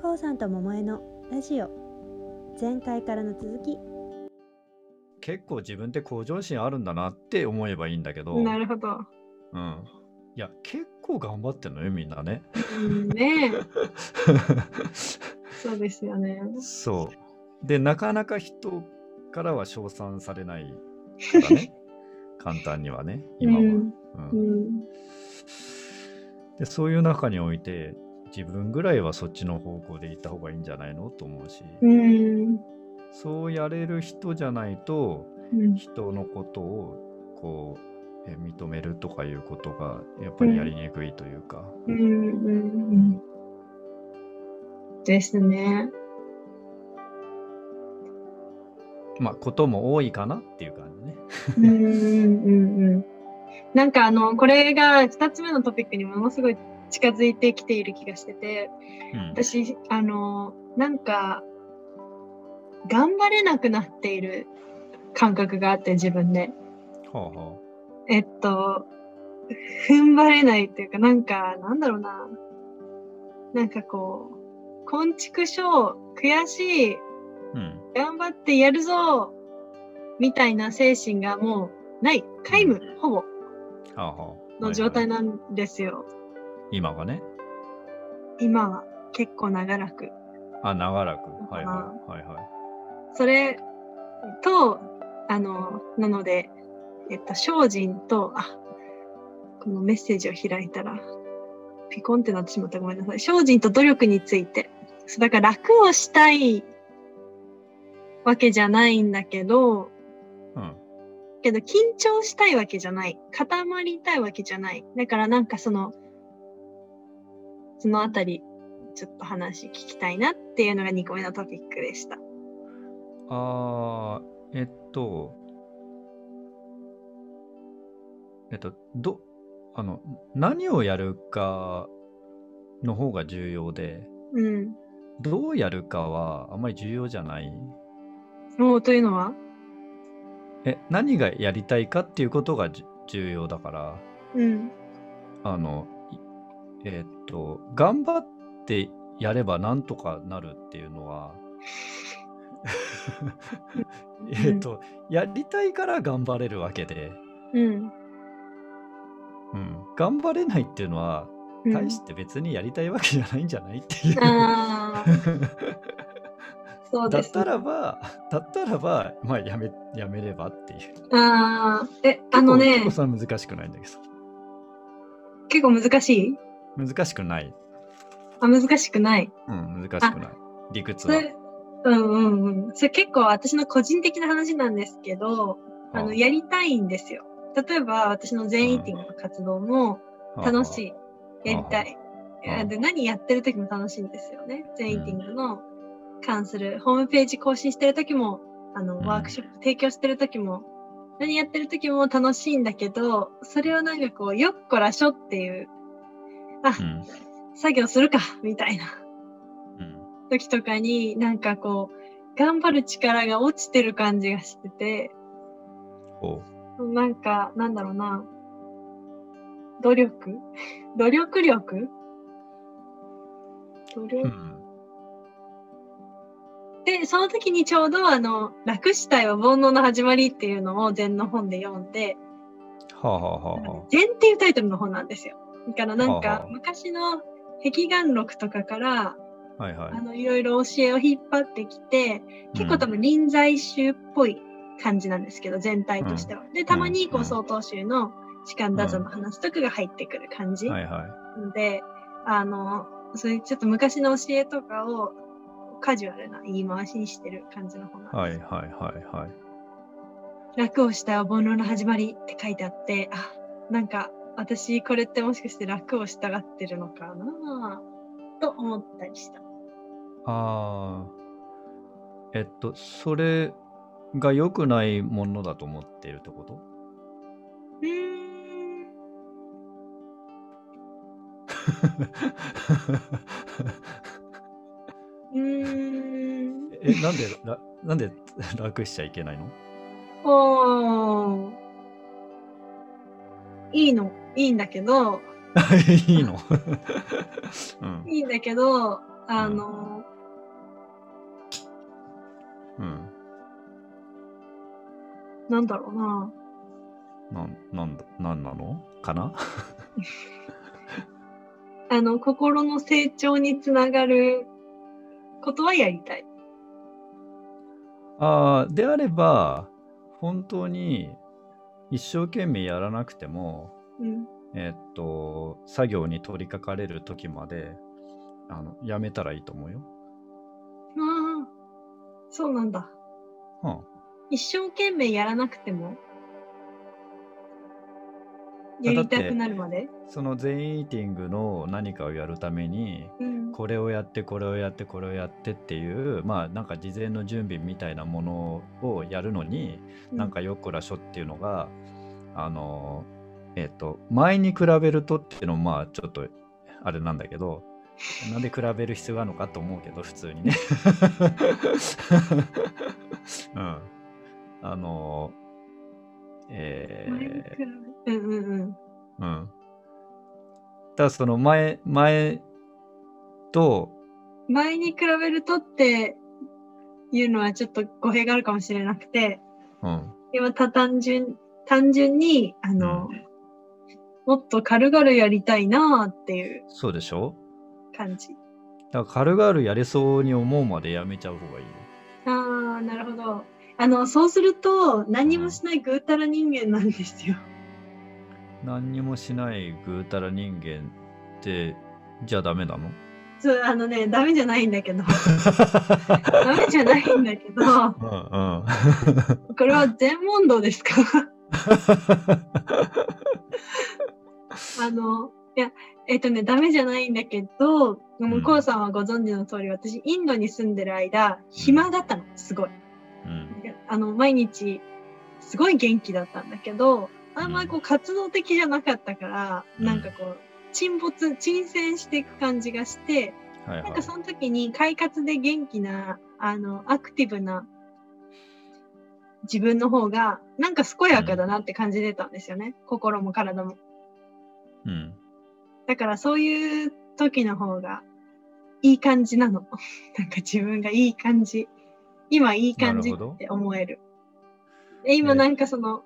こうさんと桃江のラジオ前回からの続き結構自分って向上心あるんだなって思えばいいんだけど、なるほど。うん、いや結構頑張ってんのよみんな ね。うんねえ、そうですよね。そうでなかなか人からは称賛されないから ね簡単にはね今は、ううんんうん、で。そういう中において自分ぐらいはそっちの方向で行った方がいいんじゃないのと思うし、うん、そうやれる人じゃないとうん、人のことをこうえ認めるとかいうことがやっぱりやりにくいというか、うん、うん。ですね。まあことも多いかなっていう感じね。うん、うん、うん、うん。なんかあの、これが2つ目のトピックにものすごい近づいてきている気がしてて、うん私、あの、なんか、頑張れなくなっている感覚があって、自分で。はあはえっと、踏ん張れないっていうか、なんか、なんだろうな。なんかこう、昆虫症、悔しい、あ。うん。頑張ってやるぞ、みたいな精神がもうない、皆無、ほぼ、はあはあ。の状態はいはいなんですよ。今がね。今は、結構長らく。あ、長らく。はいまはい。はいはい。それと、あの、なので、えっと、精進と、あ、このメッセージを開いたら、ピコンってなってしまった。ごめんなさい。精進と努力について。そうだから楽をしたいわけじゃないんだけど、うん。けど緊張したいわけじゃない。固まりたいわけじゃない。だからなんかその、そのあたり、ちょっと話聞きたいなっていうのが2個目のトピックでした。あー、えっと、えっと、ど、あの、何をやるかの方が重要で、うん。どうやるかはあんまり重要じゃない。おーというのはえ、何がやりたいかっていうことがじ重要だから、うん。あの、いえっと、頑張ってやればなんとかなるっていうのは、えっと、やりたいから頑張れるわけで、うん。うん、頑張れないっていうのは、うん大して別にやりたいわけじゃないんじゃないっていう。ああ、そうだでっす、たらば、だったらば、まあやめ、やめればっていう。ああ、え、あのね結構、それは難しくないんだけ結構難しいど。難しくない。あ、難しくない。うん、難しくない。理屈そは。れ、うんうんうん。それ結構私の個人的な話なんですけど、あの、やりたいんですよ。例えば、私の全イーティングの活動もあ楽しい。あやりたい。ああで、何やってる時も楽しいんですよね。全イーティングの関する、ホームページ更新してる時も、あの、うんワークショップ提供してる時も、何やってる時も楽しいんだけど、それをなんかこう、よっこらしょっていう、あ、うん。作業するか、みたいな うん。時とかに、なんかこう、頑張る力が落ちてる感じがしてて、おうなんか、なんだろうな、努力 努力力努う力、ん。で、その時にちょうどあの、楽死体は煩悩の始まりっていうのを禅の本で読んで、はあ、はあはあはあ、禅っていうタイトルの本なんですよ。だからなんはあはあか、昔の壁眼録とかから、はいはいあ。の、いろいろ教えを引っ張ってきて、結構多分、分臨済宗っぽい感じなんですけど、全体としては。で、たまにこうんう、曹洞宗の士官打坐の話とかが入ってくる感じ。はいはい。で、あの、そういうちょっと昔の教えとかをカジュアルな言い回しにしてる感じの本なんです。はいはいはいはい。楽をした煩悩の始まりって書いてあって、あ、なんか私これってもしかして楽をしたがってるのかなぁと思ったりした。ああ。えっと、それが良くないものだと思っているってこと うーん。うーん。え、なんで、らなんで楽しちゃいけないの おー。いいの、いいんだけど、いいのうん。いいんだけど、あの、うん。なんだろうな。なん、なんだ、なんなのかなあの、心の成長につながることはやりたい。ああ、であれば、本当に一生懸命やらなくても、うん。えっと、作業に取り掛かれる時まで、あの、やめたらいいと思うよ。ああ、そうなんだ。は一生懸命やらなくても、ややだっりてたくなるまで。あ、その全イーティングの何かをやるために、うん。これをやってこれをやってこれをやってっていうまあなんか事前の準備みたいなものをやるのに、うんなんかよっこらしょっていうのがあのえっ、と前に比べるとっていうのもまあちょっとあれなんだけどなんで比べる必要があるのかと思うけど普通にね。 うん、あのえ前にー比べうんうんうん。うん。ただその前前と前に比べるとっていうのはちょっと語弊があるかもしれなくて、うん。今た単純、単純に、あの、もっと軽々やりたいなーっていうそうでしょ感じ。だから軽々やれそうに思うまでやめちゃう方がいいよ。ああ、なるほど。あの、そうすると、何もしないぐうたら人間なんですよ。何にもしないぐうたら人間って、じゃあダメなのそう、あのね、ダメじゃないんだけど、 ダメじゃないんだけど、うんうん。これは全問答ですか あの、いや、えっとね、ダメじゃないんだけど、向こうさんはご存知の通り、私、インドに住んでる間、暇だったの、すご い。うんあの、毎日、すごい元気だったんだけど、あんまりこう活動的じゃなかったから、うんなんかこう、沈没、沈潜していく感じがして、はいなんはいか。その時に快活で元気な、あの、アクティブな自分の方が、なんか健やかだなって感じてたんですよね。心も体も。うん。だからそういう時の方がいい感じなの。 なんか自分がいい感じ。今いい感じなるほどって思える。で今ねなんかその、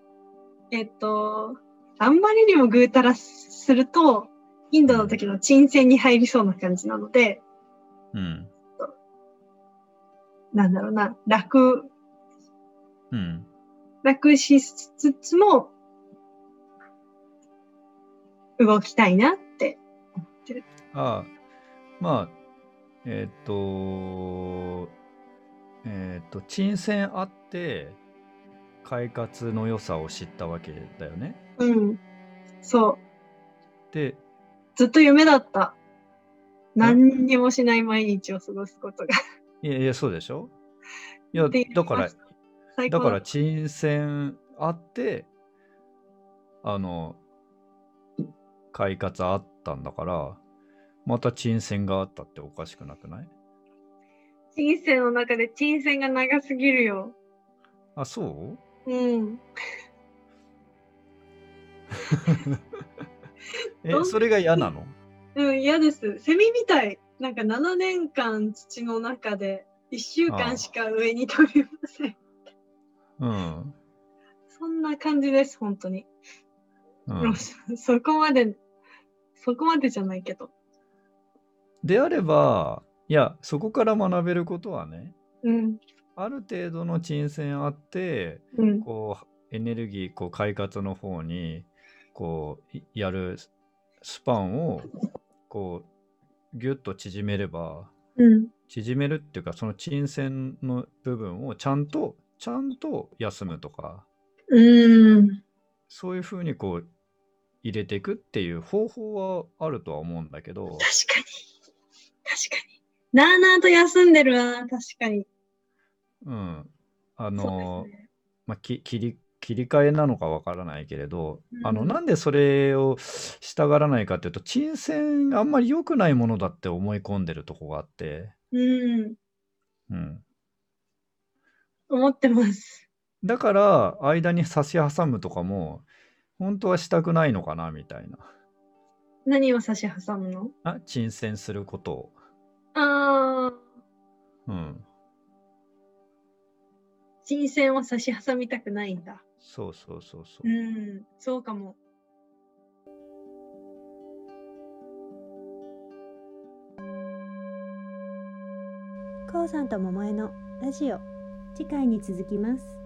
えっと、あんまりにもぐうたらすると、インドの時の沈戦に入りそうな感じなので、うん。なんだろうな、楽、うん。楽しつつも、動きたいなって。ああ、まあ、えーっ、と、えーっ、と、沈戦あって、快活の良さを知ったわけだよね。うん。そう。で、ずっと夢だった。何にもしない毎日を過ごすことが。いやいや、そうでしょいや、って言いだからまし、最だ高から、沈戦あって、あの、快活あったんだから、また沈戦があったっておかしくなくない人生の中で人生が長すぎるよ。あ、そううん。えど、んそれが嫌なのうん、嫌です。セミみたい。なんか7年間土の中で1週間しか上に飛びません。うん。そんな感じです、本当に。うもんう、そそこまで、そこまでじゃないけど。であれば、いや、そこから学べることはね、うん。ある程度の沈戦あって、うん。こうエネルギーこう快活の方にこういやるススパンをこうギュッと縮めればうん。縮めるっていうかその沈線の部分をちゃんとちゃんと休むとかうん。そういうふうにこう入れていくっていう方法はあるとは思うんだけど確かに。確かに。なあなあと休んでるわ。確かに。うんあそのうですね。まあ、き切り切り替えなのかわからないけれど、あのうんなんでそれをしたがらないかっていうと沈戦があんまり良くないものだって思い込んでるとこがあって、うん。うん、思ってます。だから間に差し挟むとかも本当はしたくないのかなみたいな何を差し挟むのあ沈戦することをああ、うん。新鮮を差し挟みたくないんだ。そうそうそうそうう。ん、そうかも。こうさんと桃江のラジオ次回に続きます